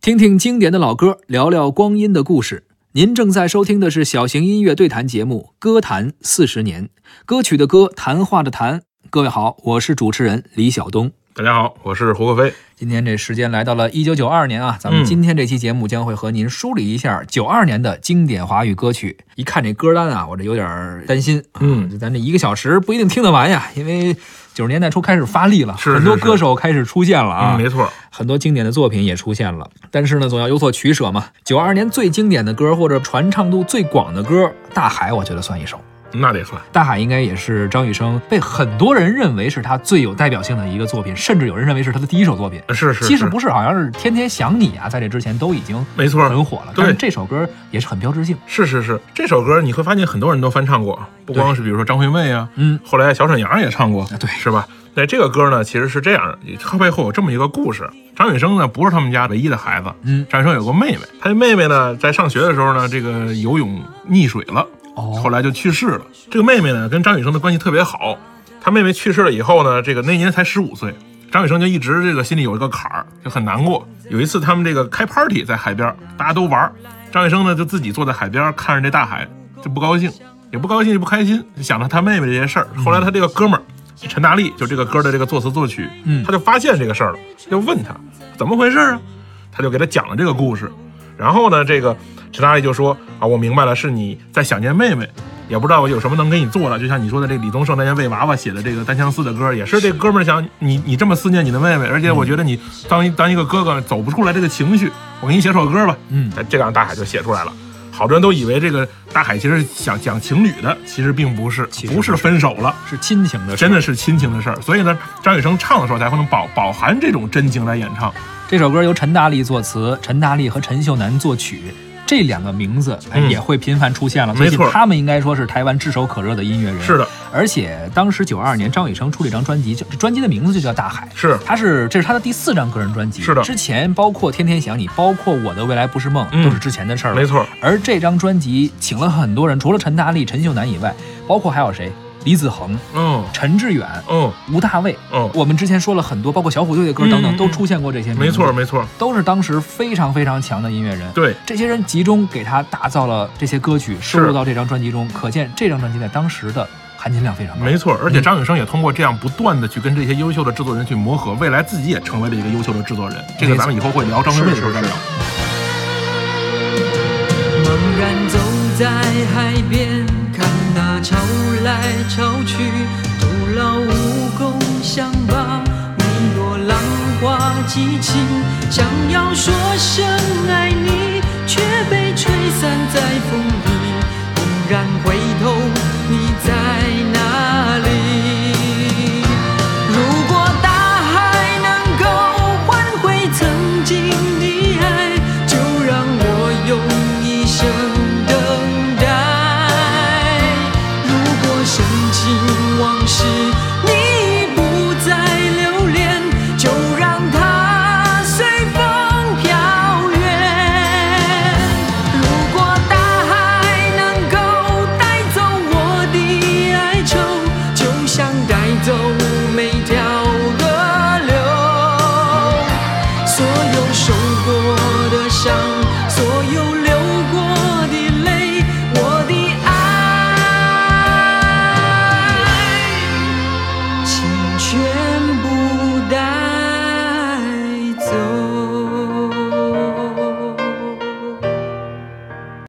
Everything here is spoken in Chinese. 听听经典的老歌，聊聊光阴的故事。您正在收听的是小型音乐对谈节目《歌坛四十年》，歌曲的歌，谈话的谈。各位好，我是主持人李晓东。大家好，我是胡可飞。今天这时间来到了一九九二年啊，咱们嗯今天这期节目将会和您梳理一下九二年的经典华语歌曲。一看这歌单啊，我这有点儿担心啊，嗯就咱这一个小时不一定听得完呀，因为九十年代初开始发力了，是是很多是歌手开始出现了啊，嗯，没错，很多经典的作品也出现了，但是呢，总要有所取舍嘛。九二年最经典的歌或者传唱度最广的歌，《大海》我觉得算一首，《那得算。大海》应该也是张雨生被很多人认为是他最有代表性的一个作品，甚至有人认为是他的第一首作品。是是，其实是不是，好像是《天天想你》啊，在这之前都已经没错，很火了，但是对这首歌也是很标志性。是是是。这首歌你会发现很多人都翻唱过，不光是比如说张惠妹啊，嗯，后来小沈阳也唱过，啊对是吧？那这个歌呢，其实是这样的，它背后有这么一个故事。张雨生呢，不是他们家唯一的孩子，嗯张雨生有个妹妹，他妹妹呢，在上学的时候呢，这个游泳溺水了，哦后来就去世了。这个妹妹呢，跟张雨生的关系特别好。他妹妹去世了以后呢，这个那年才十五岁，张雨生就一直这个心里有一个坎儿，就很难过。有一次他们这个开 party 在海边，大家都玩儿，张雨生呢就自己坐在海边看着这大海，就不高兴，也不高兴也不开心，就想着他妹妹这些事儿。后来他这个哥们儿陈大力，就这个歌的这个作词作曲，嗯他就发现这个事儿了，就问他怎么回事儿啊？他就给他讲了这个故事。然后呢，这个陈大力就说啊，我明白了，是你在想念妹妹，也不知道我有什么能给你做的。就像你说的，这李宗盛那年为娃娃写的这个《单相思》的歌，也是这哥们儿想你，你这么思念你的妹妹，而且我觉得你当一当一个哥哥走不出来这个情绪，我给你写首歌吧。嗯，哎，这样大海就写出来了。好多人都以为这个大海其实想讲情侣的，其实并不是，其实不是分手了，是亲情的事儿，真的是亲情的事儿。所以呢，张雨生唱的时候才会能饱饱含这种真情来演唱。这首歌由陈大力作词，陈大力和陈秀楠作曲，这两个名字哎嗯也会频繁出现了。没最近错他们应该说是台湾炙手可热的音乐人。是的，而且当时九二年张雨生出了一张专辑，就这专辑的名字就叫《大海》。是他是这是他的第四张个人专辑，是的之前包括《天天想你》，包括《我的未来不是梦》，嗯都是之前的事儿了。没错，而这张专辑请了很多人，除了陈大力、陈秀楠以外，包括还有谁？李子恒、嗯陈志远、嗯吴大卫。嗯，我们之前说了很多，包括小虎队的歌等等，嗯嗯都出现过这些名字。没错没错，都是当时非常非常强的音乐人。对，这些人集中给他打造了这些歌曲，收录到这张专辑中，可见这张专辑在当时的含金量非常高。没错，而且张雨生也通过这样不断的去跟这些优秀的制作人去磨合，未来自己也成为了一个优秀的制作人。这个咱们以后会聊张惠妹的时候再聊是。茫然走在海边，看那潮来潮去，徒劳无功，想把你我浪花激起，想要说声爱你，却被吹散在风里。猛然回头，你在哪里？如果大海能够换回曾经的